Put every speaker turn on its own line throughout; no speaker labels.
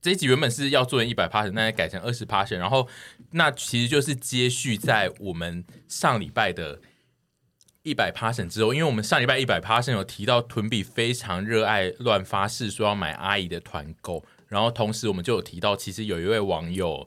这一集原本是要做成一百 passion，但是改成二十 passion，然后那其实就是接续在我们上礼拜的一百 passion 之后，因为我们上礼拜一百 passion 有提到屯比非常热爱乱发誓说要买阿姨的团购，然后同时我们就有提到，其实有一位网友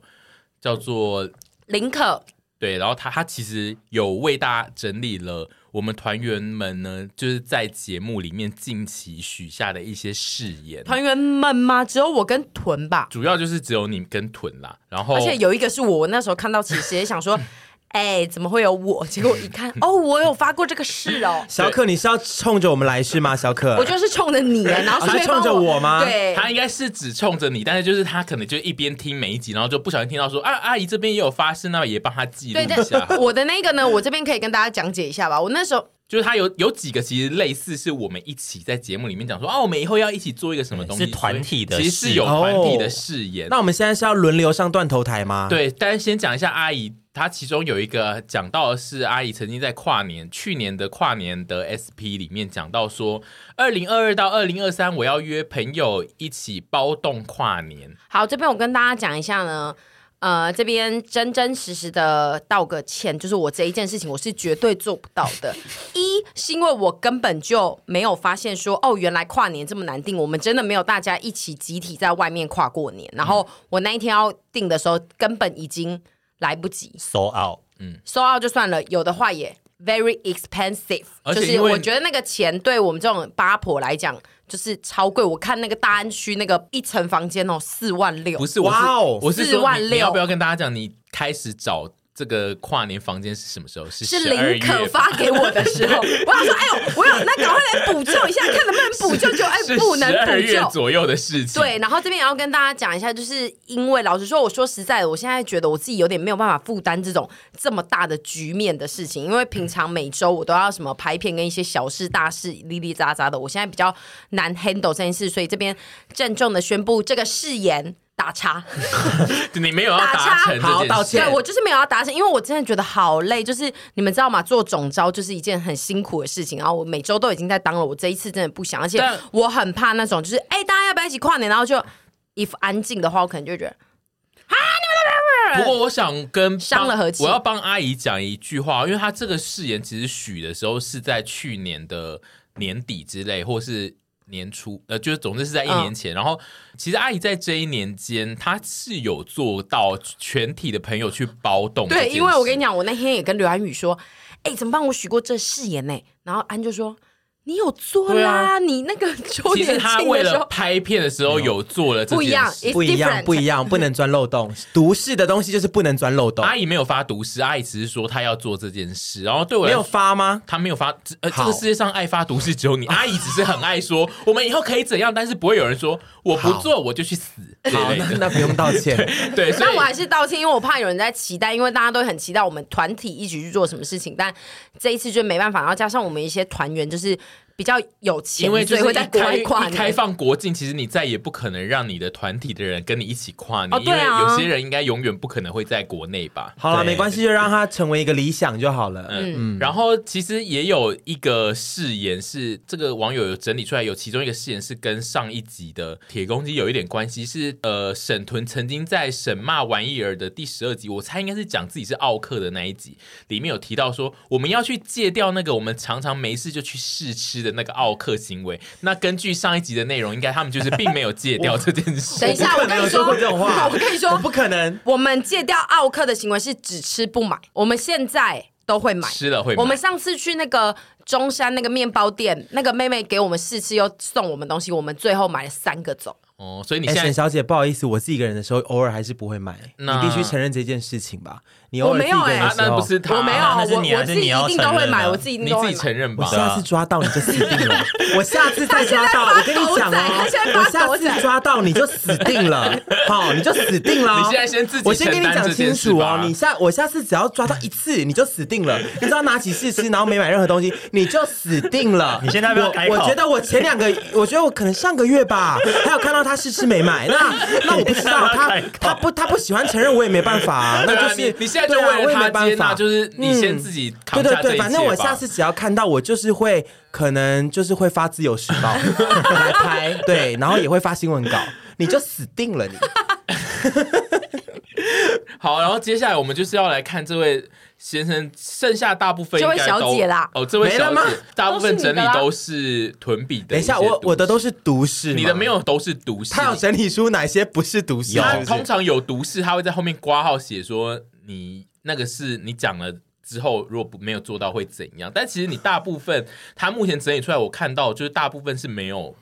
叫做
林可
对，然后他他其实有为大家整理了我们团员们呢，就是在节目里面近期许下的一些誓言，
团员们吗？只有我跟屯吧，
主要就是只有你跟屯啦，然后
而且有一个是我，我那时候看到其实也想 说，哎，怎么会有我？结果一 看，哦，我有发过这个誓哦，
小可，你是要冲着我们来是吗？小可，
我就是冲着你，啊然后顺便
哦是冲着
帮
我吗
对，
他应该是只冲着你，但是就是他可能就一边听每一集，然后就不小心听到说啊，阿姨这边也有发誓，那也帮他记录
对，
一下。
但我的那个呢，我这边可以跟大家讲解一下吧。我那时候
就是他有有几个其实类似是我们一起在节目里面讲说哦，我们以后要一起做一个什么东西，
是团体的
所以其实是
誓
有团体的
哦
誓言。
那我们现在是要轮流上断头台吗？，
对，但是先讲一下阿姨，她其中有一个讲到的是阿姨曾经在跨年去年的跨年的 SP 里面讲到说，二零二二到二零二三我要约朋友一起包栋跨年，
好，这边我跟大家讲一下呢，呃，这边真真实实的道个歉，就是我这一件事情我是绝对做不到的。一是因为我根本就没有发现说，哦，原来跨年这么难定，我们真的没有大家一起集体在外面跨过年。然
嗯
后我那一天要定的时候，根本已经来不及，
，so out，
收到就算了，有的话也 very expensive，
而
就
且
是
因为
我觉得那个钱对我们这种八婆来讲就是超贵。我看那个大安区那个一层房间哦，四万六
不。是我是、
哇哦
我是说你
46
你要不要跟大家讲，你开始找这个跨年房间是什么时候？是
是
12
林可
月吧
发给我的时 候，我想说，哎呦，我有那赶快来补救一下，看能不能补救就哎
是，
不能
十二
补
月
救。
左右的事情。
对，然后这边也要跟大家讲一下，就是因为老实说，我说实在的，我现在觉得我自己有点没有办法负担这种这么大的局面的事情，因为平常每周我都要什么拍片跟一些小事大事哩哩杂杂的，我现在比较难 handle 这件事，所以这边郑重的宣布这个誓言打叉。
你没有要
打
达
叉
成这
好
件
道
事
歉
对我就是没有要达成，因为我真的觉得好累。就是你们知道吗？做总招就是一件很辛苦的事情，然后我每周都已经在当了，我这一次真的不想，而且
但
我很怕那种就是哎、大家要不要一起跨年？然后就 if 安静的话，我可能就会觉得
不过我想跟
伤了和气
我要帮阿姨讲一句话，因为她这个誓言其实许的时候是在去年的年底之类，或是年初，呃，就是总之是在一年
嗯
前。然后其实阿姨在这一年间，她是有做到全体的朋友去包动这件
对，
事。
因为我跟你讲，我那天也跟刘安宇说，哎、怎么办？我许过这誓言呢、然后安就说。你有做
对
啦，
啊
你那个 周
其
年
实她
庆
为
的时
了
候，
拍片的时候有做了这
不一
件
样
事。
It's
不一样，
different
不一样，不能钻漏 洞。毒誓的东西就是不能钻漏洞。
阿姨没有发毒誓，阿姨只是说她要做这件事。然后对我
没
来说
有发吗？
他没有发，呃，这
好
个世界上爱发毒誓只有你。阿姨只是很爱说，我们以后可以怎样，但是不会有人说我不做我就去死之
好，
类
那
的。
那不用道歉。
对，所以
那我还是道歉，因为我怕有人在期待，因为大家都很期待我们团体一起去做什么事情，但这一次就没办法。然后加上我们一些团员就是比较有钱，
因为就
所以
是
会
一
在国
开
外跨
一开
年。
放国境，其实你再也不可能让你的团体的人跟你一起跨年，
哦对啊
因为有些人应该永远不可能会在国内吧。
好了，
对
没关系，就让它成为一个理想就好了。
嗯，然后其实也有一个誓言是这个网友有整理出来，有其中一个誓言是跟上一集的铁公鸡有一点关系，是呃沈屯曾经在沈骂玩意儿的第十二集，我猜应该是讲自己是奥克的那一集，里面有提到说我们要去戒掉那个我们常常没事就去试吃的那个奥克行为。那根据上一集的内容，应该他们就是并没有戒掉这件事
欸等一。下，
我
我
不可
跟
能
你
有说
说，
过这种 话
我跟你
我
说，
不可能。
我们戒掉奥克的行为是只吃不买，我们现在都会买。
吃了会
我们
买
上次去那个中山那个面包店，那个妹妹给我们试吃，又送我们东西，我们最后买了三个走。
哦，所以你
哎，
现在
沈小姐，不好意思，我自己一个人的时候，偶尔还是不会买。你
那
必须承认这件事情吧？你偶
我
尔自
没
己
有
一个人
哎
啊，
的时
那
候，
不是他，
我没有，
那是
我
你啊
我
是
自己
你
一
要
定都
承
会
认
买，
啊
我自己一定
你
都
自
会
己
买。
承认吧
我。下次抓到你就死 定了，我下次再抓到，
啊他
我
现
跟
在发
你
狗仔
讲哦
他现在，
我
发
下
狗仔
次抓到你就死定了，好，你就死定了哦。
你现在先自己
我先跟你
承担
讲
这
清
件事
楚哦
吧，
你下我下次只要抓到一次你就死定了，你知道拿起试吃然后没买任何东西你就死定了。
你现在要不要改
我
口
我觉得我前两个，我觉得我可能上个月吧，还有看到他试吃没买，那 那我不知道
你现在要不要
他
改口
他不他不喜欢承认，我也没办法 啊，
对
那
啊
就是
你你现在就
对啊
为
我也
了
没
他
办
接纳，
法
就是你先
嗯
自己扛
对
下
对
这一切
对，
吧。
反正我下次只要看到我就是会， 可能就是会发自由时报来拍，对，然后也会发新闻稿。你就死定 了你。
好，然后接下来我们就是要来看这位先生，剩下大部分应该都
这位小姐啦
哦，这位小
没
姐
了吗，
大部分整理都
都
是屯比的。
等一下，我我的都，是毒誓，
你的没
有。
有都是毒誓。
他有整理出哪些不是毒誓？
他
是不是
通常有毒誓，他会在后面挂号写说你那个是你讲了。之后如果不没有做到会怎样？但其实你大部分他目前整理出来，我看到就是大部分是没有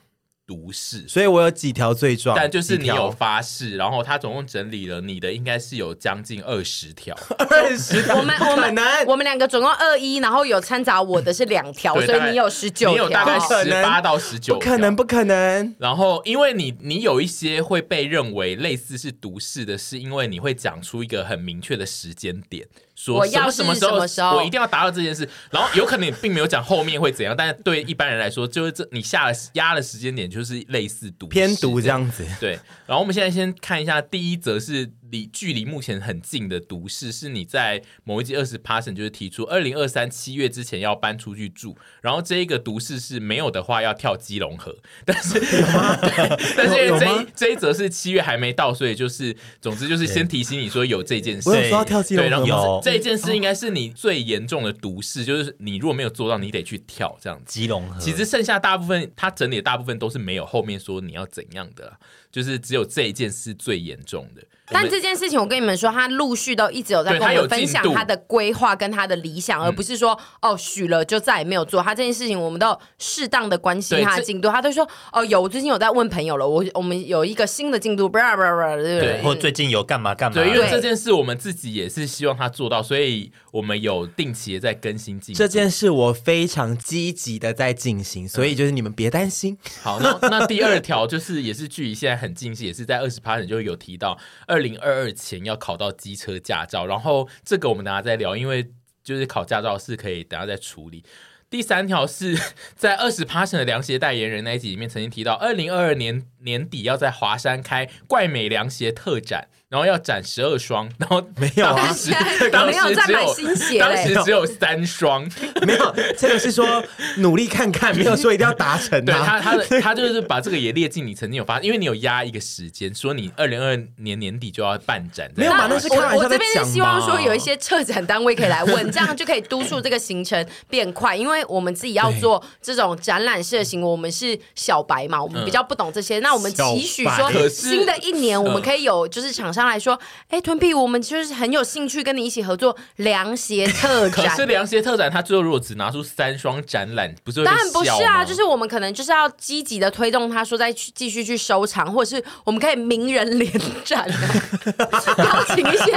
毒誓，
所以我有几条罪状，
但就是
几
你
条
有发誓，然后他总共整理了你的应该是有将近二十 条，
二十条，
我们
不
我
可
们
能，
我们两个总共二一，然后有掺杂我的是两条，
哎对
哦所以
大概
你有十九
你有大
条
概
不。可
十
能
八到十九，
不可能，。不可能。
然后，因为你你有一些会被认为类似是毒誓的，是因为你会讲出一个很明确的时间点，说
我
什么
要
什
是
么时候
什么时候
我一定要达到这件事。然后有可能你并没有讲后面会怎样，但是对一般人来说，就是这你下了压了时间点，就是类似毒誓
偏毒这。样子，
对，然后我们现在先看一下第一则是离距离目前很近的毒誓，是你在某一集二十 passion 就是提出二零二三七月之前要搬出去住，然后这一个毒誓是没有的话要跳基隆河，但是 对但是因为
有
这
吗
一这一则是七月还没到，所以就是总之就是先提醒你说有这件事
我。有说要跳基
对，
隆
然
河
后
吗？哦
这这件事应该是你最严重的毒誓，就是你如果没有做到，你得去跳这样子。
基隆河，
其
嗯
实剩下大部分，他整理的大部分都是没有后面说你要怎样的啦，啊就是只有这一件是最严重的。我
但
们
这件事情，我跟你们说，他陆续都一直有在
对
跟
他
我
有
们分享
进度嗯
他的规划跟他的理想，而不是说哦许了就再也没有做。他这件事情，我们都有适当的关心
对
他
这
的进度。他都说哦有，我最近有在问朋友了，我我们有一个新的进度，不不不不，
对
对
或最近有干嘛干嘛，
对，因为
对
这件事我们自己也是希望他做到，所以我们有定期的在更新进度
这。件事我非常积极的在进行，所以就是你们别担心。
好，那那第二条就是也是距离现在很近，也是在二十八点就有提到，二零二二前要考到机车驾照，然后这个我们等下再聊，因为就是考驾照是可以等下再处理。第三条是 在二十 passion 的凉鞋代言人那一集里面曾经提到，二零二二年年底要在华山开怪美凉鞋特展，然后要展十二双，然后
没有啊
当时当
没有
时
在
只
买
有
新鞋欸
当
嘞
时。只有三双，
没有，这个是说努力看看，没有说一定要达 成
对
啊。
他，他的他就是把这个也列进你曾经有发，因为你有压一个时间，说你二零二年年底就要办展，
没有嘛
吧？
那是开玩笑
我我这边
在
是
讲
希望
嘛
说有一些策展单位可以来问，这样就可以督促这个行程变快。因为我们自己要做这种展览式的行为，我们是小白嘛，我们比较不懂这些。那我们期许
嗯小嗯
白可
说，
是
新的一年我们可以有就是厂商来说，哎、屯屁，我们就是很有兴趣跟你一起合作凉鞋特
可
展
是。凉鞋特展，他最后如果只拿出三双展览，不是会被
当然不是
笑
啊，
吗
就是我们可能就是要积极的推动他说再去继续去收藏，或者是我们可以名人联展、啊， 邀请一些，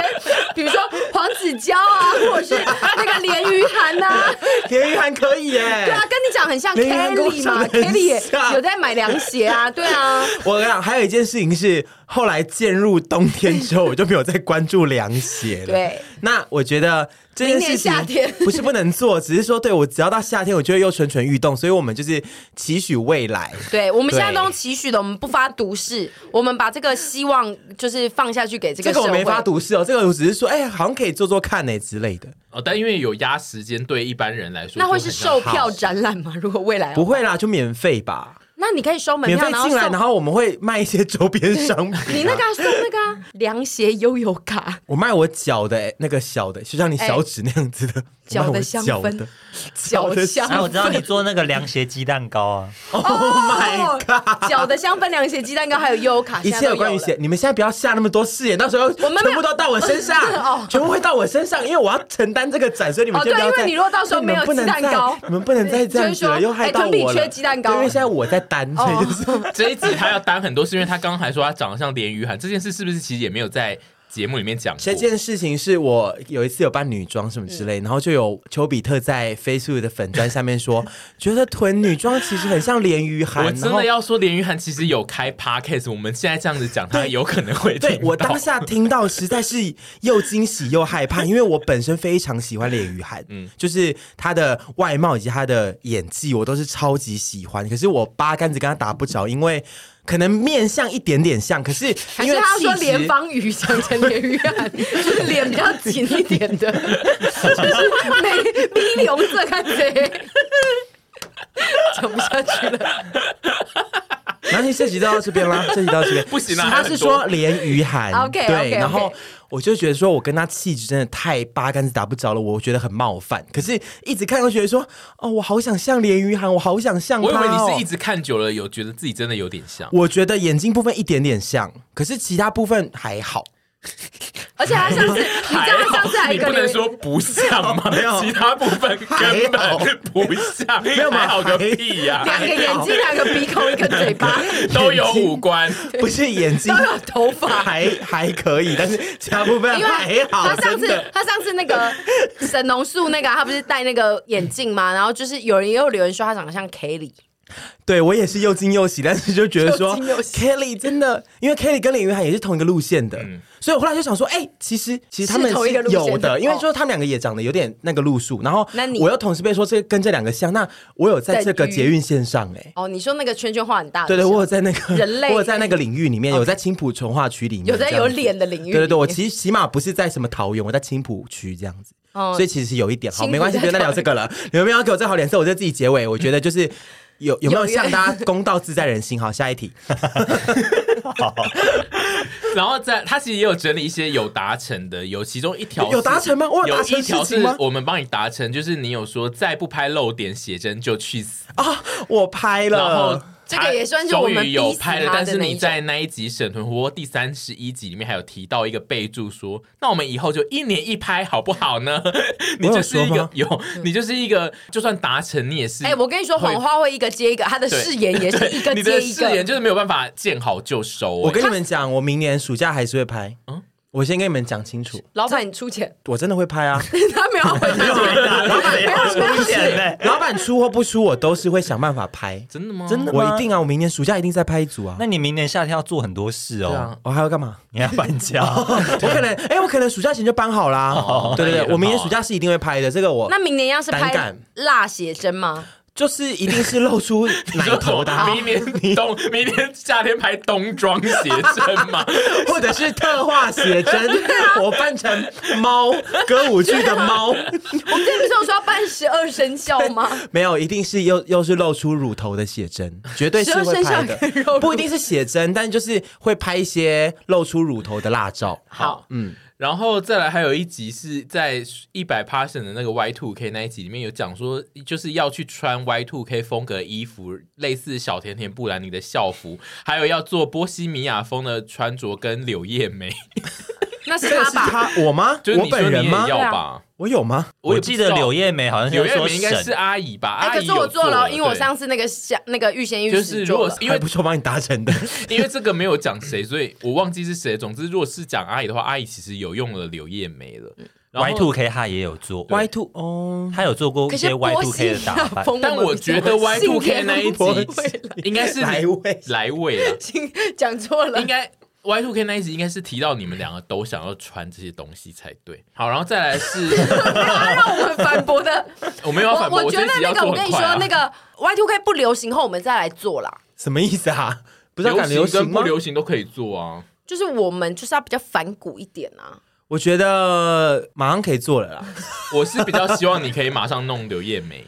比如说黄子佼啊，或者是那个连于涵呐、 啊，
田雨涵可 以
对
耶
啊，。跟你讲很像
连于涵跟我
Kelly
长
嘛
得很
，Kelly 也
像
有在买凉鞋啊，对 啊，
我跟你讲，还有一件事情是，后来渐入冬天之后，我就没有再关注凉鞋 了。
对，
那我觉得这件
明
事情
年夏天
不是不能做，只是说对我只要到夏天，我就会又蠢蠢欲动，所以我们就是期许未来。
对，我们现在
对
都期许的，我们不发毒誓，我们把这个希望就是放下去给这个
这
社
个
会。
我没发毒誓哦，这个我只是说，哎、好像可以做做看呢、之类的。
哦，但因为有压时间，对一般人来说
那会
就是很像
售票展览吗？如果未来哦
不，会啦，就免费吧，
那你可以收门
免
票，
费
然后
进来，
送
然后我们会卖一些周边商品、
你那个、啊、送那个啊 凉、鞋悠游卡，
我卖我脚的、欸、那个小的，就像你小指那样子的，我卖
哎脚
我
的
的
香
脚
氛
的
脚香
啊，我知道你
氛
做那个凉鞋鸡蛋糕啊，
Oh
哦，脚的香氛凉鞋鸡蛋糕还有悠游卡，
一
啊现
切
在都
有
有
关于
了
鞋，你们现在不要下那么多誓言，到时候
我们没有
全部都到我 身
哦
上，全部会到我身上，因为我要承担这个展，所以你们
哦
就不
对
要
因为
再。
你如果到时候
对你们
没有
不能
鸡蛋
再
糕
你们不能再这
就是
样子
说
了，又害到
哎屯
我
比缺
了。
鸡蛋糕哦
对因为现在我在担，所 以就是
这一集他要担很多，是因为他刚才说他长得像连于涵这件事，是不是其实也没有在节目里面讲过？
这件事情是我有一次有扮女装什么之类，然后就有丘比特在 Facebook 的粉砖下面说，觉得臀女装其实很像鲢鱼韩，
我
然
真
后
的要说，连于涵其实有开 podcast，我们现在这样子讲，他有可能会
对
听
我
到
当下听到实在是又惊喜又害怕，因为我本身非常喜欢脸鱼涵，嗯，就是她的外貌以及她的演技，我都是超级喜欢。可是我八竿子跟她打不着，因为可能面相一点点像，可是
还
因
是
为
他要说
气质
连方语讲成连玉案， 就是脸比较紧一点 的，就是没逼流色看谁。讲不下去了，
然后这集就到这 边啦，这集到这边
不行啦
他是说连于涵
OK，OK，OK
对，然后我就觉得说我跟他气质真的太八竿子打不着了，我觉得很冒犯。可是一直看都觉得说，哦，我好想像连于涵，我好想像他、哦。
我以为你是一直看久了，有觉得自己真的有点像。
我觉得眼睛部分一点点像，可是其他部分还好。
而且他上 次，你知道他上次还
你
跟
不能
刘
说不像吗？ 其他部 分根本不像，没
有
还
嘛
好个屁 呀、
两个眼睛、两个鼻孔、一个嘴巴，
都有五官。
不是 眼睛
都有头发。
还还可以，但是其他部 分
因为
还好
他。上
真
次
的，
他上次那个神农树那个啊，他不是戴那个眼镜吗？然后就是有人也有留言说他长得像 Kelly，
对我也是又惊又喜，但是就觉得说
又惊又喜
Kelly 真的，因为 Kelly 跟林云涵也是同一个路线的，所以我后来就想说，哎、其实其实他们
是同一个路线的
有的，因为
哦
说他们两个也长得有点那个路数，然后
那你
我又同时被说这跟这两个像，那我有在这个
等于
捷运线上哎、
哦，你说那个圈圈画很大的
对
时候，
对，我有在那个
人类
我有在那个领域里面，有在青浦纯化区里面，
有在
这样
有
子
脸的领域
对对对，我
里面
其实起码不是在什么桃园，我在青浦区这样子。
哦
所以其实是有一点好，
青浦
没关系，
在
不要再
桃
聊
园
这 个了。你们不要给我这好脸色，我就自己结尾。我觉得就是有有没
有
有向大家公道自在人心？好，下一题。
然后在他其实也有整理一些有达成的，有其中一条
有有达成吗我有
有
达成
一条
事情
是
吗
我们帮你达成，就是你有说再不拍露点写真就去死，
我拍了，
然后。
这个也算是我
终
们
于有
逼死
拍了，
他的
但是
那一
你
种
在那一集《沈屯活》第三十一集里面还有提到一个备注说，那我们以后就一年一拍好不好呢？ 你就是一
我有说
个
吗
有，你就是一个，就算达成你也是
嗯哎、我跟你说，
会
谎话会一个接一个，他的誓言也是一个
你
接
的
一
誓
个。
言就是没有办法见好就收、
我
哎
跟你们讲，我明年暑假还是会拍。嗯，我先跟你们讲清楚，
老板，你出钱，
我真的会拍 啊。
他没有回答。
老板要出现呢。
老板出或不出，我都是会想办法拍。
真的吗？
真的
我
吗
一定啊，我明年暑假一定再拍一组啊
那。你明年夏天要做很多事
对
哦，
啊，
我还要干嘛？
你要搬家，
我可能，哎，我可能暑假前就搬好啦。对对
那也很
对，
好
我明年暑假是一定会拍的。这个我
那明年要是
胆
拍
敢
辣写真吗？
就是一定是露出 奶头的啊，
明年冬，明年夏天拍冬装 写真嘛？
或者是特化写真，
啊
我扮成猫歌舞剧的 猫，
我们这不是有说要扮十二生肖吗？
没有，一定是又又是露出乳头的写真，绝对是会拍
十二生肖跟肉
的
乳，
不一定是写真，但就是会拍一些露出乳头的辣照。
好，
嗯，然后再来还有一集是在一百 passion 的那个 Y two K 那一集里面有讲说，就是要去穿 Y two K 风格衣服，类似小甜甜布兰妮的校服，还有要做波西米亚风的穿着跟柳叶眉，
那是
这个
他
是
吧？
他我吗？
就是
我
你说
本
你
人
也
吗？
要
对
吧
啊？
我有吗？
也
我
不
记
知道
得柳叶眉好像
柳
是
叶
说
眉应该是
省，
阿姨吧？
哎、
阿
可
姨
是我
有
做了，因为我
对
上次那个下那个御贤御
就是
史
如果
做
是
了。
因
还
为
不错，帮你达成的。
因为这个没有讲谁，所以我忘记是谁。总之，如果是讲阿姨的话，阿姨其实有用了柳叶眉了。然
Y
后
Two K 他也有做
Y two 哦，
他有做过
可
一
是
些 Y
波
Two
西
K 的打
亚
扮，
风，
但我觉得 Y Two K 那一集应该是
来位
来位了，
集讲错了
应，该 Y Two K 那一集应该是提到你们两个都想要穿这些东西才对。好，然后再来 是，
他让我们反驳的。
我 没有要反
我
驳，
我觉
这
得
一集
那
要
个，
做
我跟
很
你
快
说，
啊。
那个 Y Two K 不流行后，我们再来做啦。
什么意思啊？不是要赶
流
流行
跟不
吗？
流行都可以做啊。
就是我们就是要比较反骨一点啊。
我觉得马上可以做了啦。
我是比较希望你可以马上弄柳叶眉，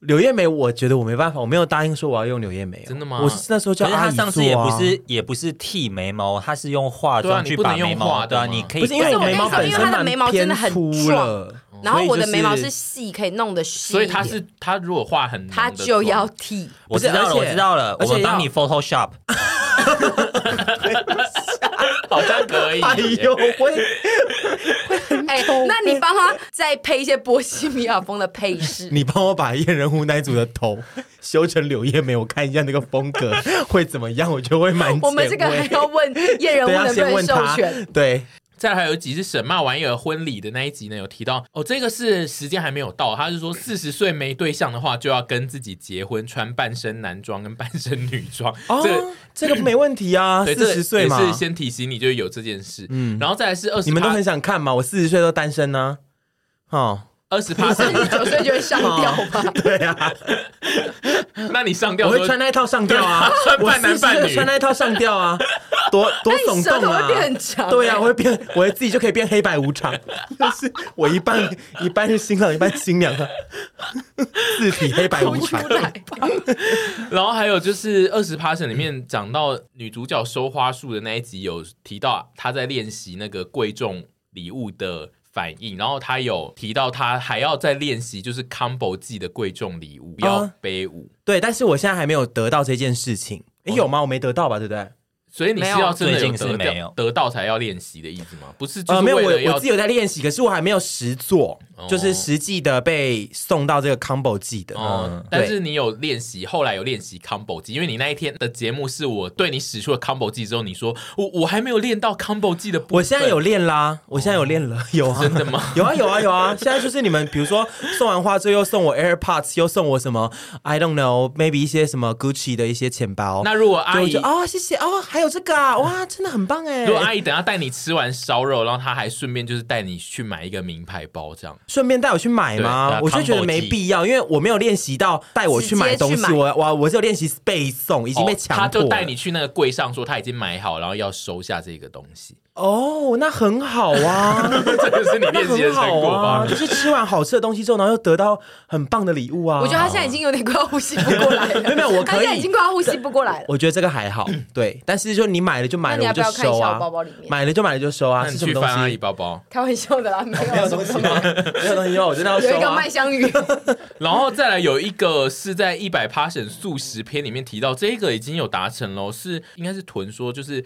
柳叶眉，我觉得我没办法，我没有答应说我要用柳叶眉、啊
真的吗
我是那时候叫
可是
阿
他
姨做、啊、
上次也不是也不是剃眉毛，他是用化
对啊
妆
你
去
不能
把眉
用化
毛，对啊，
的嘛
你可以
不是因为
盖
我眉毛
可是我跟你哎说因
本身
为他
蛮
的眉毛真的
偏
很
粗了，哦
然后我的
所以就是
眉毛是细，可以弄得细
所
一
以
点，
他是他如果画很浓的
他就要
妆
剃。
我知道
而
了，
且
我知道了，
而
我
且
们
要
帮你 Photoshop。
好像可以耶。
哎呦喂，
哎、那你帮他再配一些波西米亚风的配饰。
你帮我把燕人湖那一组的头修成柳叶眉，我看一下那个风格 会怎么样，我就会蛮前卫。
我们这个还要问 验人物
对要
能不
先
能
问
授
他
权？，
对，
再来还有一集是沈骂玩意儿婚礼的那一集呢，有提到哦，这个是时间还没有到，他是说四十岁没对象的话，就要跟自己结婚，穿半身男装跟半身女装。
哦
这，
这个没问题啊，
对，
四十岁嘛
这也，是先提醒你，就有这件事。嗯，然后再来是二十，
你们都很想看嘛，我四十岁都单身呢、哦，
二十趴，
四十九岁就会上吊吧？
对啊，
那你上
我
吊
会穿
说
那一套上吊啊，
对啊
我
穿半男
四十岁
半女
穿那一套上吊啊， 多多
你
耸
舌
动
头
啊！
会变很长
对啊，
欸
我会变，我自己就可以变黑白无常， 就是我一半一半是新郎，一半新娘啊，字体黑白无
哭出
常。
来吧。
然后还有就是二十 passion 里面讲到女主角收花束的那一集，有提到她在练习那个贵重礼物的反应，然后她有提到她还要再练习就是 combo 季的贵重礼物要背舞，
对，但是我现在还没有得到这件事情。
哦
诶有吗？我没得到吧，对不对？
所以你是
没有
要真的
最
有
近
得
是没有
到得到才要练习的意思吗？不是，就
呃，
是
没有，
为
我
了要
我自己有在练习，可是我还没有实做，
哦
就是实际的被送到这个 combo 季的。
哦
嗯，
但是你有练习，后来有练习 combo 技，因为你那一天的节目是我对你使出了 combo 技之后，你说我我还没有练到 combo 技的部分，
我现在有练啦，我现在有练了，有啊，
哦真的吗？
有啊，有啊，有啊！现在就是你们，比如说送完花之后又送我 AirPods，又送我什么 I don't know，maybe 一些什么 Gucci 的一些钱包。
那如果阿
对我
姨
就哦，谢谢哦，还有这 个啊，哇，真的很棒哎
如！果阿姨等下带你吃完烧肉，然后她还顺便就是带你去买一个名牌包，这样
顺便带我去买
对
吗
啊？
我就觉得没必要，因为我没有练习到带我去买东
直接
西，
去买
我我我只有练习背诵，已
已
经被强迫了。
她哦就带你去那个柜上说她已经买好，然后要收下这个东西，
哦，那很好啊，
这个是你
那
练习的成
很好
果
啊，
吧
就？是吃完好吃的东西之后，然后又得到很棒的礼物啊。
我觉得他现在已经有点快要呼吸不过来了。
没有没有我可
他现在
以
已经快要呼吸不过来了。
我觉得这个还好，对。但是就你买了就买
那你
了，
要
我
不
就
要看一
收
下
啊
我。包包里面？
买了就买了就收啊，
那
是
你
什么
去
东
翻阿姨
西？
包包，
开玩笑的啦，没有
没有东西吗？没有东西吗？我真的要收
有一个
啊
麦！香 鱼，
然后再来有一个是在一百 passion 素食篇里面提到，这个已经有达成喽，是应该是豚说就是。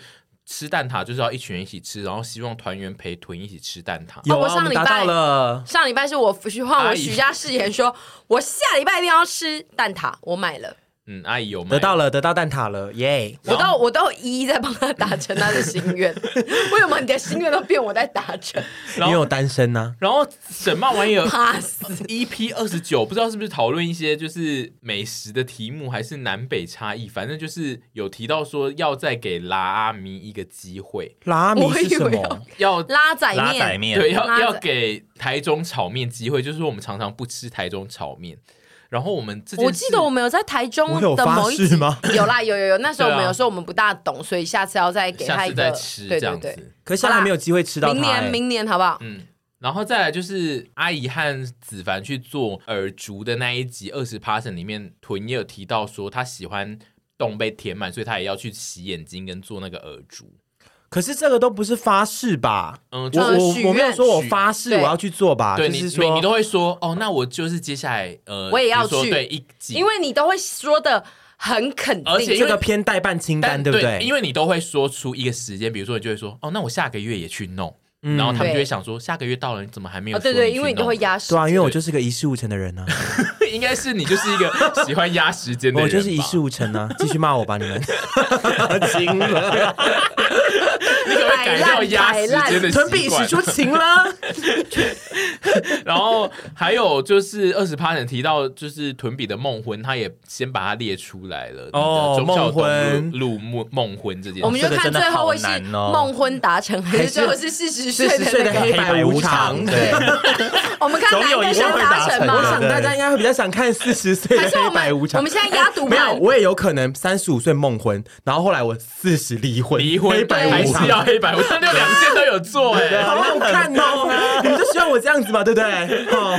吃蛋挞就是要一群人一起吃，然后希望团员陪豚一起吃蛋挞。
有
哦我
啊，
上
我们
礼
达
拜
到了。
上礼拜是我许换
阿
我
姨
许下誓言说，我下礼拜一定要吃蛋挞，我买了，
嗯，阿姨有买
得到了，得到蛋挞了，耶！
我都我都一一在帮他达成他的心 愿。为什么你的心愿都变我在达成？
因为我单身啊呐，
然后沈茂玩意儿
怕死！
EP ，E 二十九，不知道是不是讨论一些就是美食的题目，还是南北差异，反正就是有提到说要再给拉阿咪一个机会，
拉米
我
是
以
什
为
么
要？
要
拉仔
拉仔
面，
面，
对要
拉
要
仔
给台中炒面机会，就是说我们常常不吃台中炒面，然后我们这件
我记得
事
我们有在台中
我有
的
发
某一
誓
集
吗？
有啦，有有有，那时候我们
对啊
有说我们不大懂，所以下次要再给他
下
一
次
个
再吃
对
这样
对
子。
对，
可是现在还没有机会吃到
明
它。
年
哎
明年好不好？
嗯，然后再来就是阿姨和子凡去做耳烛的那一集二十 passion 里面，屯也有提到说他喜欢洞被填满，所以他也要去洗眼睛跟做那个耳烛。
可是这个都不是发誓吧？
嗯，
我
就是。
呃
我
许愿
我没有说我发誓
许
我要去做吧，
对
啊就
你
是
每你都
说
会说哦，那我就是接下来呃，
我也要
比如说
去
对一集，
因为你都会说的很肯
而且
定，
因
这
为
个偏代办清单，
但
对不
对？因
为
为你都会说出一个时间，比如说你就会说哦，那我下个月也去弄，
嗯
然后他们就会想说下个月到了，你怎么还没有
哦，
说
对
去弄？
对，因为你都会压时
对啊，因为我
对
就是个一事无成的人呢， 啊
应该是你就是一 个喜欢压时间的
我
人吧，
就是一事无成啊，继续骂我吧，你 们。行了，
你可不可以改掉压时间的
屯
习
比使
惯？
出情了。
然后还有就是二十趴人提到就是屯比的梦婚，他也先把它列出来了
哦
你的忠孝
梦婚
东路路梦梦婚这件事，
我们就
这个
看
真的
最后会是
好难哦
梦婚达成，还
还
是
是
最后是四十
四十岁
岁的
的
那
黑
个？
白无常，
对，
我们看
总
哪
有
个
一
先
天会达
成
成
我
吗
对的？
想大家应该会比较想看四十岁
还
的
是我
黑白
们
无
我
常
们。现在压赌
没有，
盘？
我也有可能三十五岁梦婚，然后后来我四十离婚，
离婚
黑白
还
无
是
常。
要黑 白无常，那两件都有做哎、
好好看哦！你们就喜欢我这样子嘛，对不对？哦，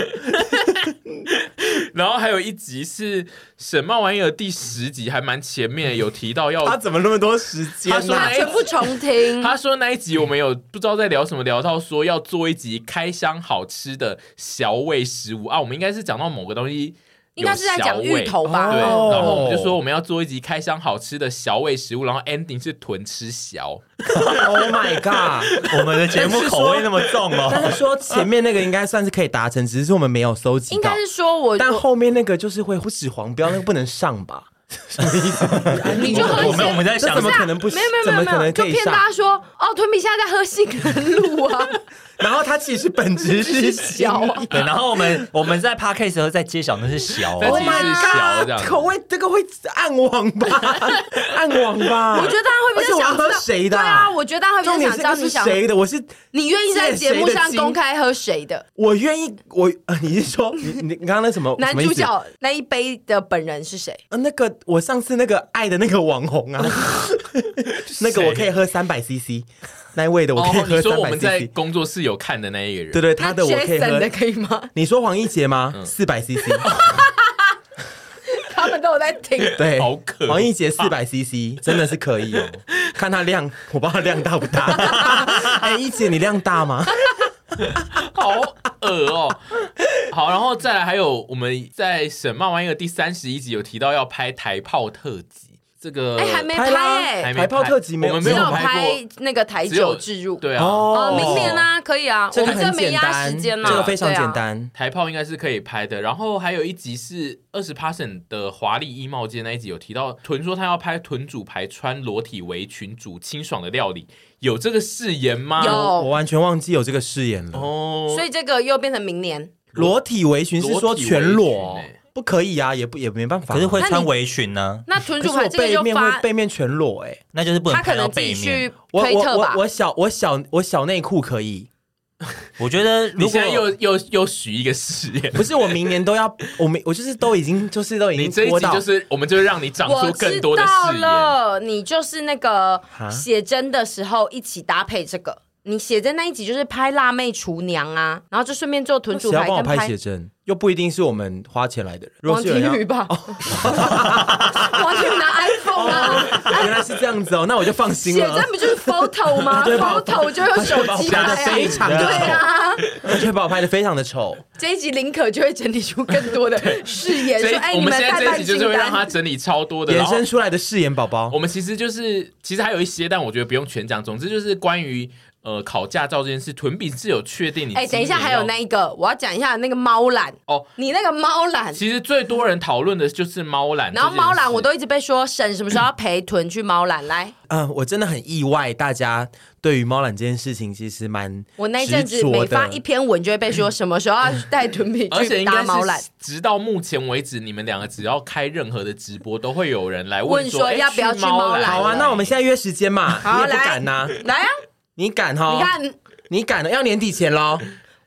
然后还有一集是沈茂玩意儿第十集，还蛮前面有提到要
他怎么那么多时间
他说
呢、
他全部重听，
他说那一集我们有不知道在聊什么，聊到说要做一集开箱好吃的小味食物啊，我们应该是讲到某个东西，
应该是在讲芋。头吧？
对，
哦
然后我们就说我们要做一集开箱好吃的小味食物，然后 ending 是豚吃小，
？Oh my god！
我们的节目口味那么重
但
哦。
是说前面那个应该算是可以达成，只是我们没有搜集
应
到
该。是说我，
但
我
后面那个就是会指黄标，那个不能上吧？什么意思？
你就喝一
我们我
些
们在
这
想
怎么可能不？
没有没有
怎
没
么
有
可
没有，
能
就
可以
骗
上？
大家说哦，屯比现在在喝杏仁露啊，
然后他其实本质是
小啊，
对，然后我们我们在 podcast 时候再揭晓那是小哦、
但
，Oh
其实
my
是小这样
god，口味这个会暗网 吧，暗网吧。
我觉得大家会
而
比
且
较
我要
想知
喝
道
谁的？
对啊，我觉得大家会
重
比
点
较想知道
是这
你
是
想，
谁的？我是
你愿意在节目上
借谁的金
公开喝谁的？
我愿意，我呃，你是说 你你你刚刚那什么
男
什么意思
主角那一杯的本人是谁？
啊，那个我上次那个爱的那个网 红啊， 那个我可以喝三百 CC，那一位的我可以
哦，你
喝
说
三
我
百
们在
CC，
工作室有看的那一个人，
对对，他的我
那
可以
Jason 的
喝。
可以 吗？
你说黄奕杰
嗯
吗？四百 CC，
他们都有在听。
对，
好可怕
黄奕杰四百 CC 真的是可 以哦，看他量，我不知道他量大不大。哎，一姐你量大吗？
好恶哦。好，然后再来还有我们在沈漫玩一个第三十一集有提到要拍台炮特辑，这个
哎，还没
拍
拍
啦
哎，
还没
台炮
拍
特辑没
我
有
们
只
没
有
拍过
拍，那个台
只有
酒置入。
对啊，
哦
呃，明年，啊，可以啊，
这
我
个
们
很
没
简
压
单，
时间啦，
这个非常
对啊
简。单。
台炮应该是可以拍的。然后还有一集是二十 passion 的华丽衣帽间那一集有提到，屯说他要拍屯主牌穿裸体围裙煮清爽的料理，有这个誓言吗？
有
啊我完全忘记有这个誓言了。
哦，
所以这个又变成明年，
裸体围裙是说全
裸
裸哦
体围裙欸，
不可以啊，也不也没办法啊。
可是会
那你
穿围裙呢，
那屯
可
主
是我
牌这个
背
就
面会
发，
背面全裸哎、
那就是不能
他可
拍到
能自
背
己
面
去。
我
推
我
特
我
吧。
我小我小我小内裤可以，
我觉得
你
如
现
果
在又又又许一个誓言，
不是我明年都要，我明我就是都已经就是都已
你
经
这一
播
集
到
就是我们就是让你长
我
出
知
更多的
道
誓言。
了，你就是那个
哈
写真的时候一起搭配这个。你写真那一集就是拍辣妹厨娘啊，然后就顺便做
那
臀主
谁要
牌
帮我
跟
拍写真？又不一定是我们花钱来的人，如果
王
是有人
庭
要哦
宇吧， 王庭宇拿 iPhone 啊，
原来是这样子哦，那我就放心
写
了
真。不就是 photo 吗？photo 就用手机
他就把我
拍
拍得非
啊，
常的
对啊，
而且把我拍的非常 的丑，
这一集林可就会整理出更多的誓言，
这一
说哎，
我
你
们现
代
在这一
办
集就
清
是会让他
单。
整理超多的，然
衍
后
生出来的誓言宝宝
我。们其实就是，其实还有一些，但我觉得不用全讲。总之就是关于呃考驾照这件事，屯比是有确定你。
哎，等一下，还有那。一个，我要讲一下那个猫懒
哦，
你那个猫懒，
其实最多人讨论的就是猫懒，
然后猫
这件
懒
事
我都一直被说沈什么时候要陪屯去猫懒来，
嗯、我真的很意外，大家对于猫懒这件事情其实蛮
我那一阵
执
子
着
每
的
发一篇文就会被说什么时候要带屯 比
而且
去
应该
搭
是
猫懒。
直到目前为止，你们两个只要开任何的直播，都会有人来
问
说哎
说要不要
去
去猫
懒。
懒
好啊。那我们现在约时间嘛，
好
你也不
来
敢呐、
来啊，
你敢哈？
你看
你敢的，要年底前喽，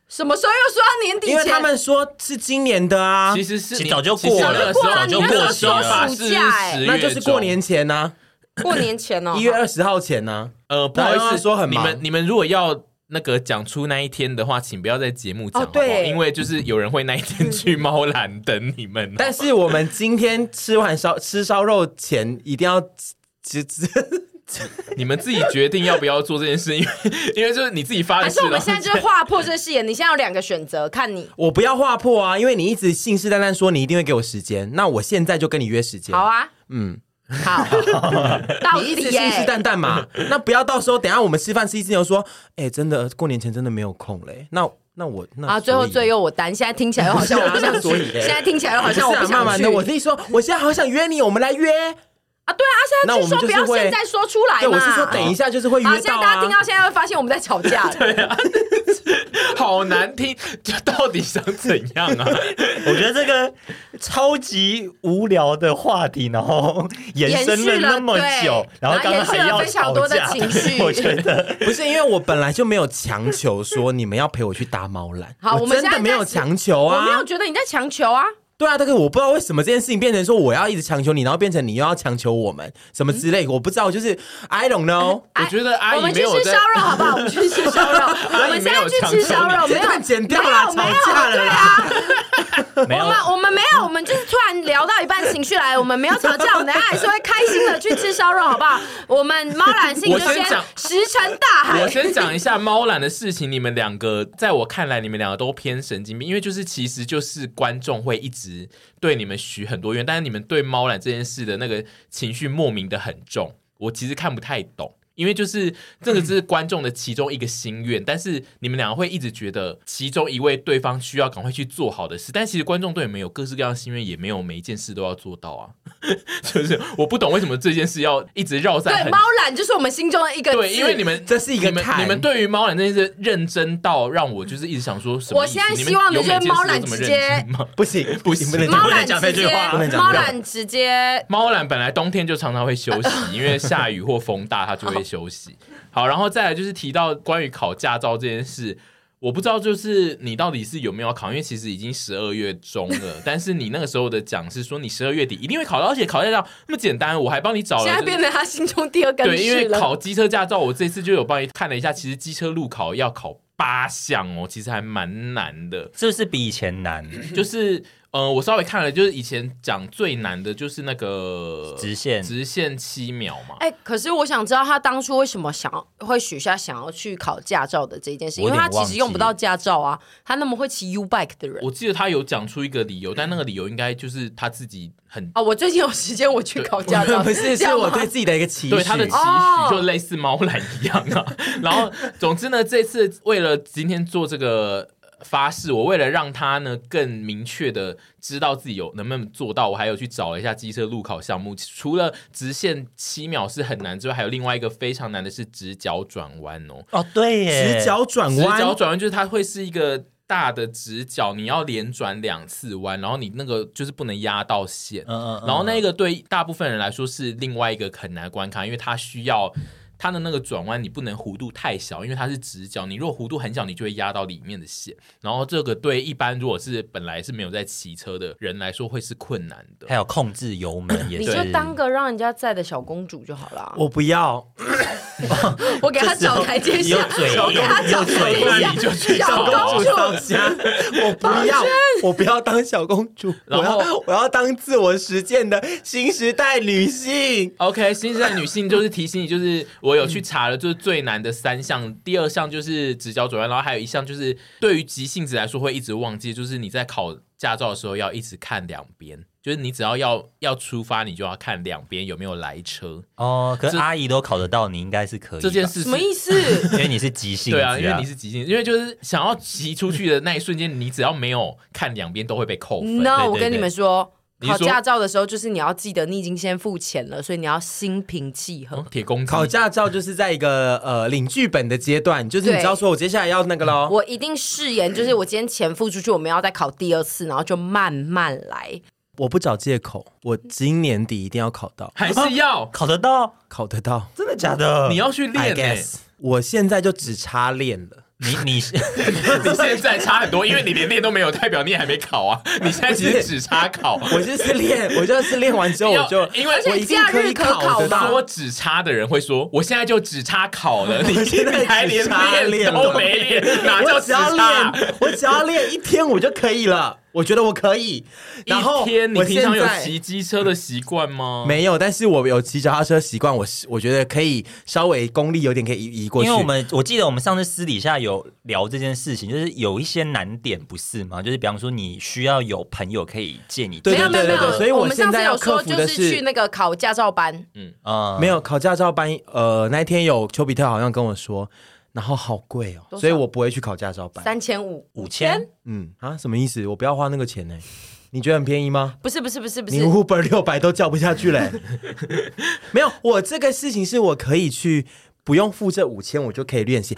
什么时候又说要年底前？
因为他们说是今年的啊
其，实是
其实
你
早就
其实
过
那个
了
时候
早就
你那
过
个
了
时候吧
暑
是
假
是
哎
十
那就是
月
过
中
年前呢、
过年前哦，
一月二十号前呢、
呃，不好意
然后
思，
他说很
你
忙
们你们如果要那个讲出那一天的话，请不要在节目讲，
哦
好不好
对
因为就是有人会那一天去猫栏等你们哦。
但是我们今天吃完烧 吃烧肉前一定要 吃吃，
你们自己决定要不要做这件事，因为因为就是你自己发的
还
誓
是我们
了。
现在就是划破这誓言？你现在有两个选择，看你。
我不要划破啊，因为你一直信誓旦旦说你一定会给我时间，那我现在就跟你约时间。
好，啊，
嗯，
好，到
你一
底
直信誓
耶。
旦旦嘛， 那不要到时候等一下我们吃饭吃一次又说，哎、真的过年前真的没有空嘞，那那我那
啊，最后最
后。
后我单，现在听起来又好像 我不想
所
去
以，嘞
现在听起来又好
不是
像我
啊，
不
慢
想
慢
去
的，我自己说，我现在好想约你，我们来约。
啊。对啊，现在
那我
就说
们就
不
是
要
会
现在说出来嘛。
对，我是说等一下就是会约
哎好，现在
到
大家
啊
听。到现在会发现我们在吵架。
啊好难听，就到底想怎样 啊？
我觉得这个超级无聊的话题，然后延伸了那么久，
延续了对
然后刚刚还
然后
要
延续了非常多的情绪
吵 架我觉得
不是因为我本来就没有强求说你们要陪我去打猫篮，
好我们
真
现在
的没有
在
强求
我没
啊
有。觉得你在强求啊，
对啊，但是我不知道为什么这件事情变成说我要一直强求你，然后变成你又要强求我们什么之类，我不知道，就是 I don't know。
我觉得阿
哎我
姨
们
没
去
有
吃
在
烧，肉好不好？我们去吃烧 肉，我们现在去吃烧肉，没
这段
有
剪掉啦，吵
没有没有啊
架了啦。
没
我
有
们我们没有，我们就是突然聊到一半情绪来，我们没有吵架，我们等一下还是会开心的去吃烧肉，好 不好？我们猫懒性
我
就
先
先
讲
石沉大海
我。先讲一下猫懒的事情。你们两个在我看来，你们两个都偏神经病，因为就是其实就是观众会一直对你们许很多愿，但是你们对猫懒这件事的那个情绪莫名的很重，我其实看不太懂。因为就是这个是观众的其中一个心愿，但是你们两个会一直觉得其中一位对方需要赶快去做好的事，但其实观众对你们有各式各样的心愿，也没有每一件事都要做到啊。 就是我不懂为什么这件事要一直绕在
对，
很
猫懒就是我们心中的一个
对，
字
因为你们
这是一个
你们
坎
你们对于猫懒这件事认真到让我就是一直想说什么
我
意思。
现在
你
希望
有
你觉得
每件事
猫
都
懒
这么
直
认
接
真 吗？
不行
不行
你不能
猫
讲，
懒
讲这
直
句
接
话不
能讲
猫懒直接
猫懒本来冬天就常常会 休息，因为下雨或风大，它就会休息。好，然后再来就是提到关于考驾照这件事，我不知道就是你到底是有没有考，因为其实已经十二月中了，但是你那个时候的讲是说你十二月底一定会考到，而且考驾照那么简单，我还帮你找了、
现在
就是
变成他心中第二根
对，因为
刺了。
考机车驾照，我这次就有帮你看了一下，其实机车路考要考八项哦，其实还蛮难的。
是不是比以前难？
就是，呃，我稍微看了，就是以前讲最难的就是那个
直线
直线七秒嘛。
哎、可是我想知道他当初为什么想要会许下想要去考驾照的这一件事，
我
因
有
为他
点
其
忘
实
记
用不到驾照啊，他那么会骑 U bike 的人
我记得他有讲出一个理由，但那个理由应该就是他自己很。
啊、我最近有时间我去考驾照，
不是
这
是
样吗
我对自己的一个期许
对。他的期
哦
许就类似猫懒一样啊， 然后总之呢，这次为了今天做这个发誓，我为了让他呢更明确的知道自己有能不能做到，我还有去找了一下机车路考项目，除了直线七秒是很难之外，还有另外一个非常难的是直角转弯哦，
哦，对耶，
直角转
直角
弯，
转弯就是它会是一个大的直角，你要连转两次弯，然后你那个就是不能压到线。
嗯，嗯嗯，
然后那个对大部分人来说是另外一个很难的关卡，因为它需要它的那个转弯，你不能弧度太小，因为它是直角，你如果弧度很小，你就会压到里面的线。然后这个对一般如果是本来是没有在骑车的人来说会是困难的
还。有控制油门也
你
是，
就当个让人家在的小公主就好了。啊
我不要，
我给他找台阶下，
有嘴
我给他找台阶
那
下
你，就去
小
找
公主
放下，我不要，我不要当小公主，我
然后
要我要当自我实践的新时代女
嗯
性。
OK，新时代女性就是提醒你，就是我有去查了，就是最难的三项，第二项就是直角转弯，然后还有一项就是对于急性子来说会一直忘记，就是你在考驾照的时候要一直看两边，就是你只要要要出发，你就要看两边有没有来车
哦，可是
这
阿姨都考得到，你应该是可以吧
这件，事
什
是
么意思？
因为你是急性子
对啊，因为你是急性，因为就是想要骑出去的那一瞬间，你只要没有看两边都会被扣分。
no，
对
我跟你们说，
你是
考
说
驾照的时候，就是你要记得你已经先付钱了，所以你要心平气和。
嗯铁公鸡
考驾照就是在一个呃领剧本的阶段，就是你
对
知道说我接下来要那个喽。
我一定誓言，就是我今天钱付出去，我们要再考第二次，然后就慢慢来。
我不找借
嗯
口，我今年底一定要考到，
还是要、
考得到，
考得到。
真的假的？
你要去练、
I
欸，
guess，我现在就只差练了。
你你 是
你现在差很多，因为你连练都没有，代表你也还没考 啊。你现在其实只差考，
我就 是练，我就是练完之后我就
要，因为
我一定可以考
说
得到。
只差的人会说，我现在就只差考 了，你
现在
你还
只差
连
练
都
了
没练，哪叫
我
只
只要
差？
练，我只要练一天我就可以了。我觉得我可以。然后
一天，你
我
平常
现
有
在
骑机车的习惯吗？
没有？但是我有骑脚踏车习惯，我是我觉得可以稍微功力有点可以移移过去。
因为我们我记得我们上次私底下有聊这件事情，就是有一些难点不是吗？就是比方说你需要有朋友可以借你，
对
没有没有没
对
有，
对所以我
我们上次
现在
有
要
说
克
就
服的
是
是嗯
去那个考驾照班，
啊
没有考驾照班，呃，那一天有丘比特好像跟我说，然后好贵哦，
少
所以我不会去考驾照班。
三千五，
五千，
嗯啊，什么意思？我不要花那个钱呢、 你觉得很便宜吗？
不是不是不是不
你
是，
Uber 六百都叫不下去嘞、 没有，我这个事情是我可以去不用付这五千，我就可以练习。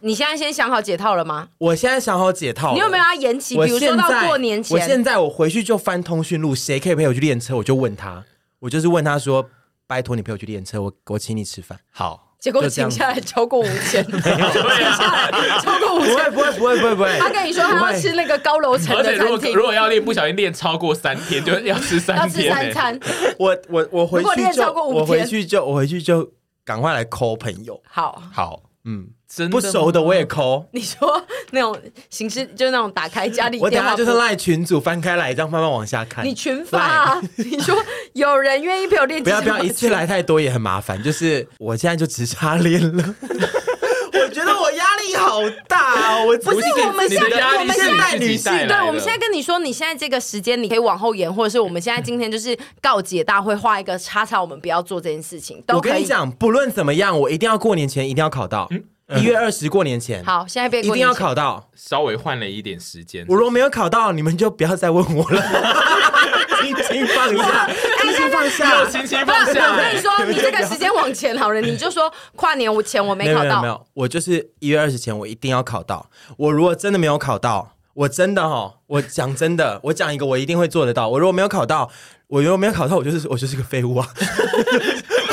你现在先想好解套了吗？
我现在想好解套了，
你有没有要延期？
我
比如说
现
到
在
过年
我
前
现，在我回去就翻通讯录，谁可以陪我去练车，我就问他，我就是问他说，拜托你陪我去练车，我我请你吃饭。
好，
结果
就这
请
样
下来超过五千，请下来 超过五
不
千。
会不会不会不会 不会，
他跟你说他要吃那个高楼层
而
的
且如
餐
果如
厅，
果要练，不小心练超过三天，就要吃
要
三
吃
天
三
欸。
餐。
我我我回
如果
去
练
就
超过五
我回
天
去就我回去就赶快来抠朋友，
好，
好，
嗯，
真
不熟的我也抠。
你说那种形式，就是那种打开家里
我等
电话
下
簿
就是赖群组翻开来，这样慢慢往下看。
你群发、啊， 你说有人愿意陪我练，
不要不要 一次来太多也很麻烦，就是我现在就只差练了。我觉得我压力好大哦！我
不是我们
你
现
的
在，
压
我
力
们
是
现在
你自己带来的
对，我们现在跟你说，你现在这个时间你可以往后延，或者是我们现在今天就是告解大会画一个叉叉，我们不要做这件事情，都
我
可
跟你
以。
讲，不论怎么样，我一定要过年前一定要考到一月二十过年前，
好，现在别
一
过
定
年
要
前
考到。
稍微换了一点时间。
我如果没有考到，你们就不要再问我了。 轻轻放 下，轻轻放下，
轻轻
不
放
是，
下
我跟你说，你这个时间往前好了，你就 说跨年我前我没考
有有
到
没，有，我就是一月二十前我一定要考到。我如果真的没有考到，我真的哈，我讲真的，我讲一个我一定会做得到。我如果没有考到，我如果没有考到，我就是我就是个废物啊，我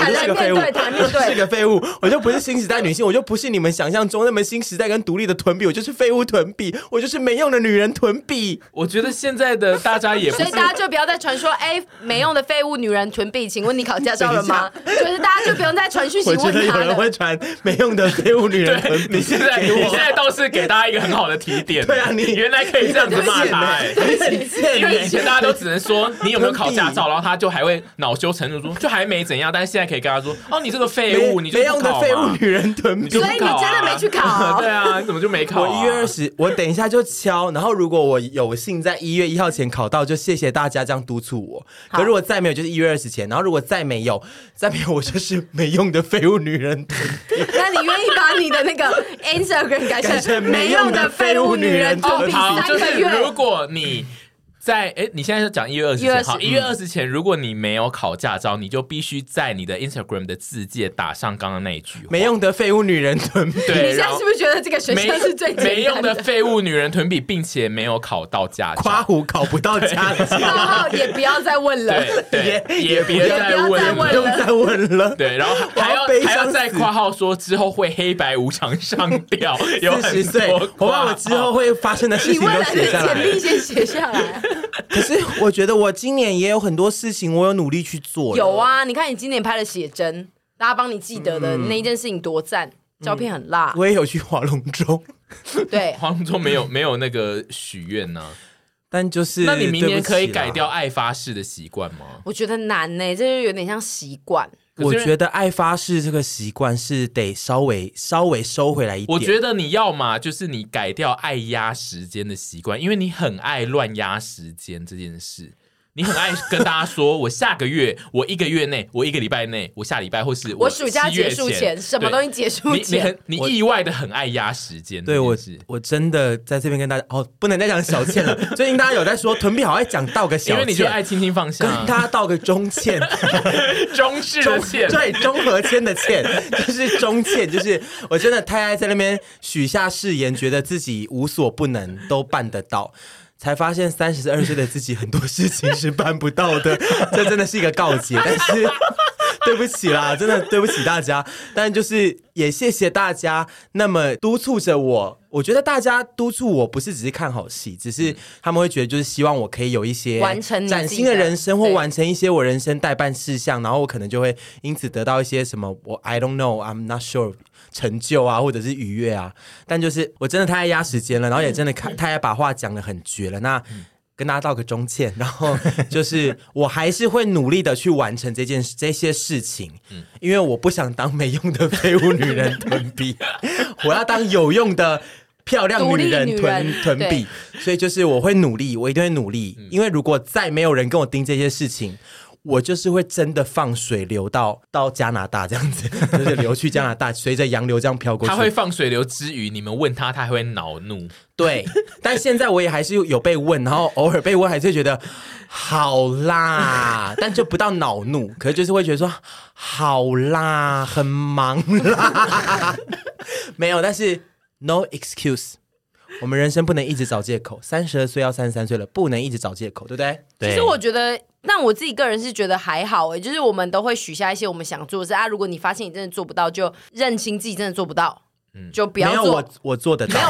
坦
就是
然
个废
面
物，
对，坦然面
我 就是
对。
个废物，我就不是新时代女性，我就不是你们想象中那么新时代跟独立的臀比，我就是废物臀比，我就是没用的女人臀比。
我觉得现在的大家 也不
所以
是
大家就不要再传说，哎、没用的废物女人臀比，请问你考驾照了 吗？就是大家就不用再传讯息
我觉
问
得有
他
人
了。
会传没用的废物女人臀比，
你现在
给
你现
我。
在倒是给大家一个很好的提点。欸
对啊你
原来可以这样子骂他、哎
你很贱
因为以
欸
前大家都只能说你有没有考驾
坑
照，然后他就还会恼羞成怒说就还没怎样，但是现在可以跟他说哦，你这个废物，
没
你就
没
不
用的
考
废物
嘛
女人臀
你
比
就。不
所以
考啊
你真的没去考哦
对啊，你怎么就没考
我
啊？
一月二十，我等一下就敲。然后如果我有幸在一月一号前考到，就谢谢大家这样督促我。
好
可如果再没有，就是一月二十前。然后如果再没有，再没有，我就是没用的废物女人。
那你愿意把你的那个 Instagram 改
改成
成
没
没
用
用
的
的
废
废
物
物
女
女
人
人
臀
臀
比
比
好，
三
就
个
是如
月？
果你在哎，你现在是讲一月二十前，
120
好，一月二十前，如果你没有考驾照，你就必须在你的 Instagram 的字界打上刚刚那一句话
没用的废物女人臀比。
嗯你
对，
现在
然后
是不是觉得这个选
没
项是最简单
没用的废物女人臀比，并且没有考到驾
夸
照，
虎考不到家
然
教，
后也不要再问了。
对对，
也
也
也
别
不
要
再
再
问
问
不
了
了。
用再问了。
对，然后还
我要
还要
悲伤
还要再
死
括号说之后会黑白无常上吊，有很
四十岁
多，
我把
括
我
号
之后会发生的事
你
情
未
都
来的
写下来
简。历先写下来。
可是我觉得我今年也有很多事情，我有努力去做。
有，啊，你看你今年拍的写真，大家帮你记得
嗯
的那一件事情多赞，照片很辣。
我也有去划龙舟，
嗯
对，
黄忠没有没有那个许愿呢。
但就是
那你明
对
年
不起
可以
啦
改掉爱发誓的习惯吗？
我觉得难呢、这就有点像习惯。
可
我
是
觉得爱发誓这个习惯是得稍微稍微收回来一点。
我觉得你要嘛，就是你改掉爱压时间的习惯，因为你很爱乱压时间这件事。你很爱跟大家说，我下个月，我一个月内，我一个礼拜内，我下礼拜或是
我暑假
七月
结束前，
前，
什么
对
东西结束
你你
前
很，你意外的很爱压时间这件事，
对我我真的在这边跟大家哦，不能再讲小倩 了。最近大家有在说臀比好爱讲道个小
因
倩，
为你就爱轻轻放下
跟，大家道个中倩，
中式
中
的线，
对中和谦的倩， 就是中倩，就是我真的太爱在那边许下誓言，觉得自己无所不能，都办得到。才发现三十二岁的自己很多事情是办不到的，这真的是一个告诫。但是对不起啦，真的对不起大家。但就是也谢谢大家那么督促着我。我觉得大家督促我不是只是看好戏，只
嗯
是他们会觉得就是希望我可以有一些
完成你自己
崭新的
的
人生或
对
完成一些我人生代办事项，然后我可能就会因此得到一些什么我 I don't know I'm not sure 成就啊，或者是愉悦啊。但就是我真的太爱压时间了，然后也真的
嗯
看太爱把话讲的很绝了。那跟大家道个中歉，然后就是我还是会努力的去完成这 件事这些事情，
嗯
因为我不想当没用的废物女人臀比， 我要当有用的。漂亮
独立
女人
女
臀
人
臀比
对，
所以就是我会努力，我一定会努力，
嗯
因为如果再没有人跟我盯这些事情，我就是会真的放水流到到加拿大这样 子，就是流去加拿大，随着洋流这样飘过去。
他会放水流之余，你们问他，他还会恼怒。
对，但现在我也还是有被问，然后偶尔被问，还是会觉得好啦，但就不到恼怒，可是就是会觉得说好啦，很忙啦， 没有，但是 no excuse。我们人生不能一直找借口，三十二岁要三十三岁了，不能一直找借口，对不对？
对
其实我觉得，但我自己个人是觉得还好哎、就是我们都会许下一些我们想做的事啊。如果你发现你真的做不到，就认清自己真的做不到，就不
嗯没
要
有
做
我。我做得到，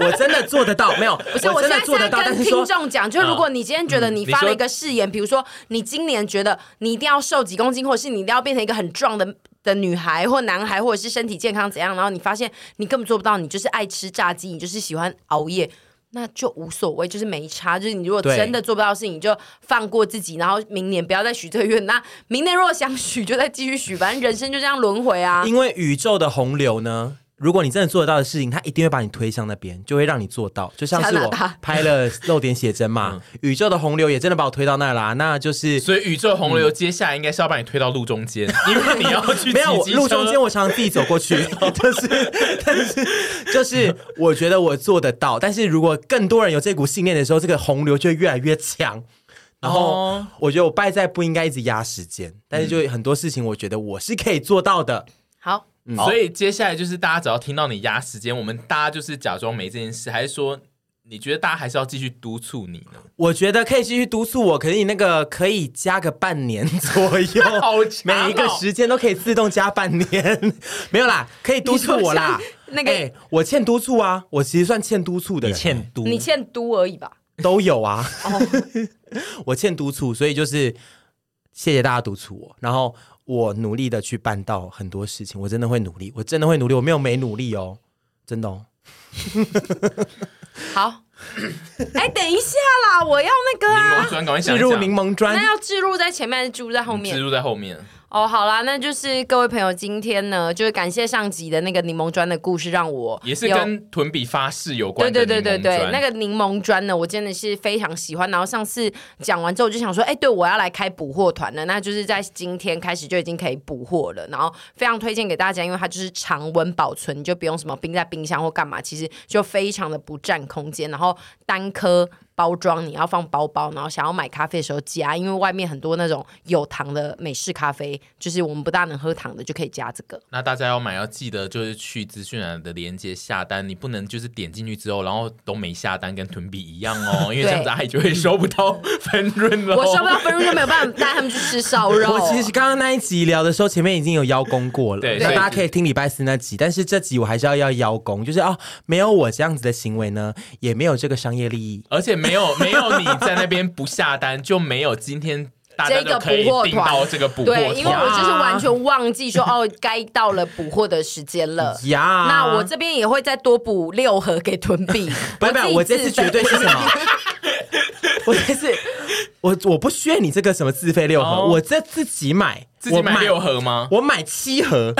我我真的做得到，没有，
不是，
我
我
真
现在
的做得
在
到，但
跟
是
听
说嗯
众讲，就是如果你今天觉得你发了一个誓言，比如说你今年觉得你一定要瘦几公斤，或者是你一定要变成一个很壮的的女孩或男孩，或者是身体健康怎样，然后你发现你根本做不到，你就是爱吃炸鸡，你就是喜欢熬夜。那就无所谓，就是没差。就是你如果
对
真的做不到的事情，你就放过自己，然后明年不要再许这个愿。那明年如果想许，就再继续许，反正人生就这样轮回啊。
因为宇宙的洪流呢，如果你真的做得到的事情，他一定会把你推向那边，就会让你做到。就像是
加拿
我
大
拍了《漏点写真》嘛，宇宙的洪流也真的把我推到那啦。那就是
嗯所以宇宙洪流接下来应该是要把你推到路中 间，因为你要去
嗯没有，我
骑机车
路中间我常常自己 走过去，就是，但是就是，我觉得我做得到。但是如果更多人有这股信念的时候，这个洪流就会越来越强。然后
哦
我觉得我败在不应该一直压时间，但是就很多事情，我觉得我是可以做到的。
好，
所以接下来就是大家只要听到你压时间，我们大家就是假装没这件事，还是说你觉得大家还是要继续督促你呢？，
我觉得可以继续督促我，可是你那个可以加个半年左右
好长哦
每一个时间都可以自动加半年， 没有啦，可以督促我啦
你说。像那个
哎我欠督促啊，我其实算欠督促的
你
人，
欠都，
你欠都而已吧。
都有啊。
哦，
我欠督促，所以就是谢谢大家督促我，然后我努力的去办到很多事情，我真的会努力，我真的会努力，我没有没努力哦，真的哦。
好。哎，等一下啦，我要那个
柠檬
啊，
砖，赶快
置
想一
入
想，
柠檬砖
那，要置入在前面还是置入在后面
植？啊入在后面。
哦，好啦，那就是各位朋友，今天呢，就是感谢上集的那个柠檬砖的故事，让我
也是
有
跟屯比发誓有关
对
的柠
对对
檬砖，
对对，那个柠檬砖呢，我真的是非常喜欢。然后上次讲完之后，我就想说，哎，对我要来开补货团了，那就是在今天开始就已经可以补货了。然后非常推荐给大家，因为它就是常温保存，你就不用什么冰在冰箱或干嘛，其实就非常的不占空间。然后单颗。包装你要放包包，然后想要买咖啡的时候加，因为外面很多那种有糖的美式咖啡，就是我们不大能喝糖的，就可以加这个。
那大家要买要记得就是去资讯栏的链接下单，你不能就是点进去之后，然后都没下单，跟屯比一样 哦，因为这样子阿姨就会收不到分润了。
我收不到分润就没有办法带他们去吃烧肉。
我其实刚刚那一集聊的时候，前面已经有邀功过了，
对
那
对
大家可以听礼拜四那集，但是这集我还是要要邀功，就是哦，没有我这样子的行为呢，也没有这个商业利益。
而且没有没有你在那边不下单，就没有今天大家
这个
就可以
补货
订
团
到这个补货
对，因为我
团
就是
啊
完全忘记说哦，该到了补货的时间 了。
呀，
那我这边也会再多补六盒给屯 币。
不是不是，我这次
自
绝
备
对是什么？ 我这次我我不缺你这个什么自费六盒，
哦
我这自己买，
自己
我
买六，盒吗？
我买七盒，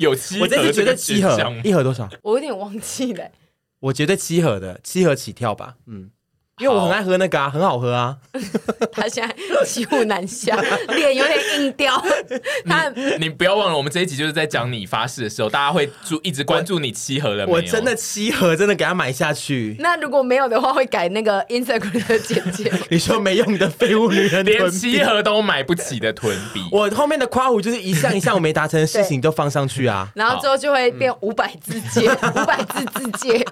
有七盒，
我这次绝对七盒，一盒多少？
我有点忘记了。
我绝对七盒的，七盒起跳吧，嗯，因为我很爱喝那个啊，很好喝啊，
他现在骑虎难下，脸有点硬 掉。
嗯
他
你不要忘了，我们这一集就是在讲你发誓的时候，大家会注一直关注你七盒了没有？
我真的七盒真的给它买下去。
那如果没有的话，会改那个 Instagram 的简 介。
你说没用的废物女人
连
囤
七
逼，
盒都买不起的囤比，
我后面的夸胡就是一项一项我没达成的事情都放上去啊。
然后之后就会变五百字界，五百字字界。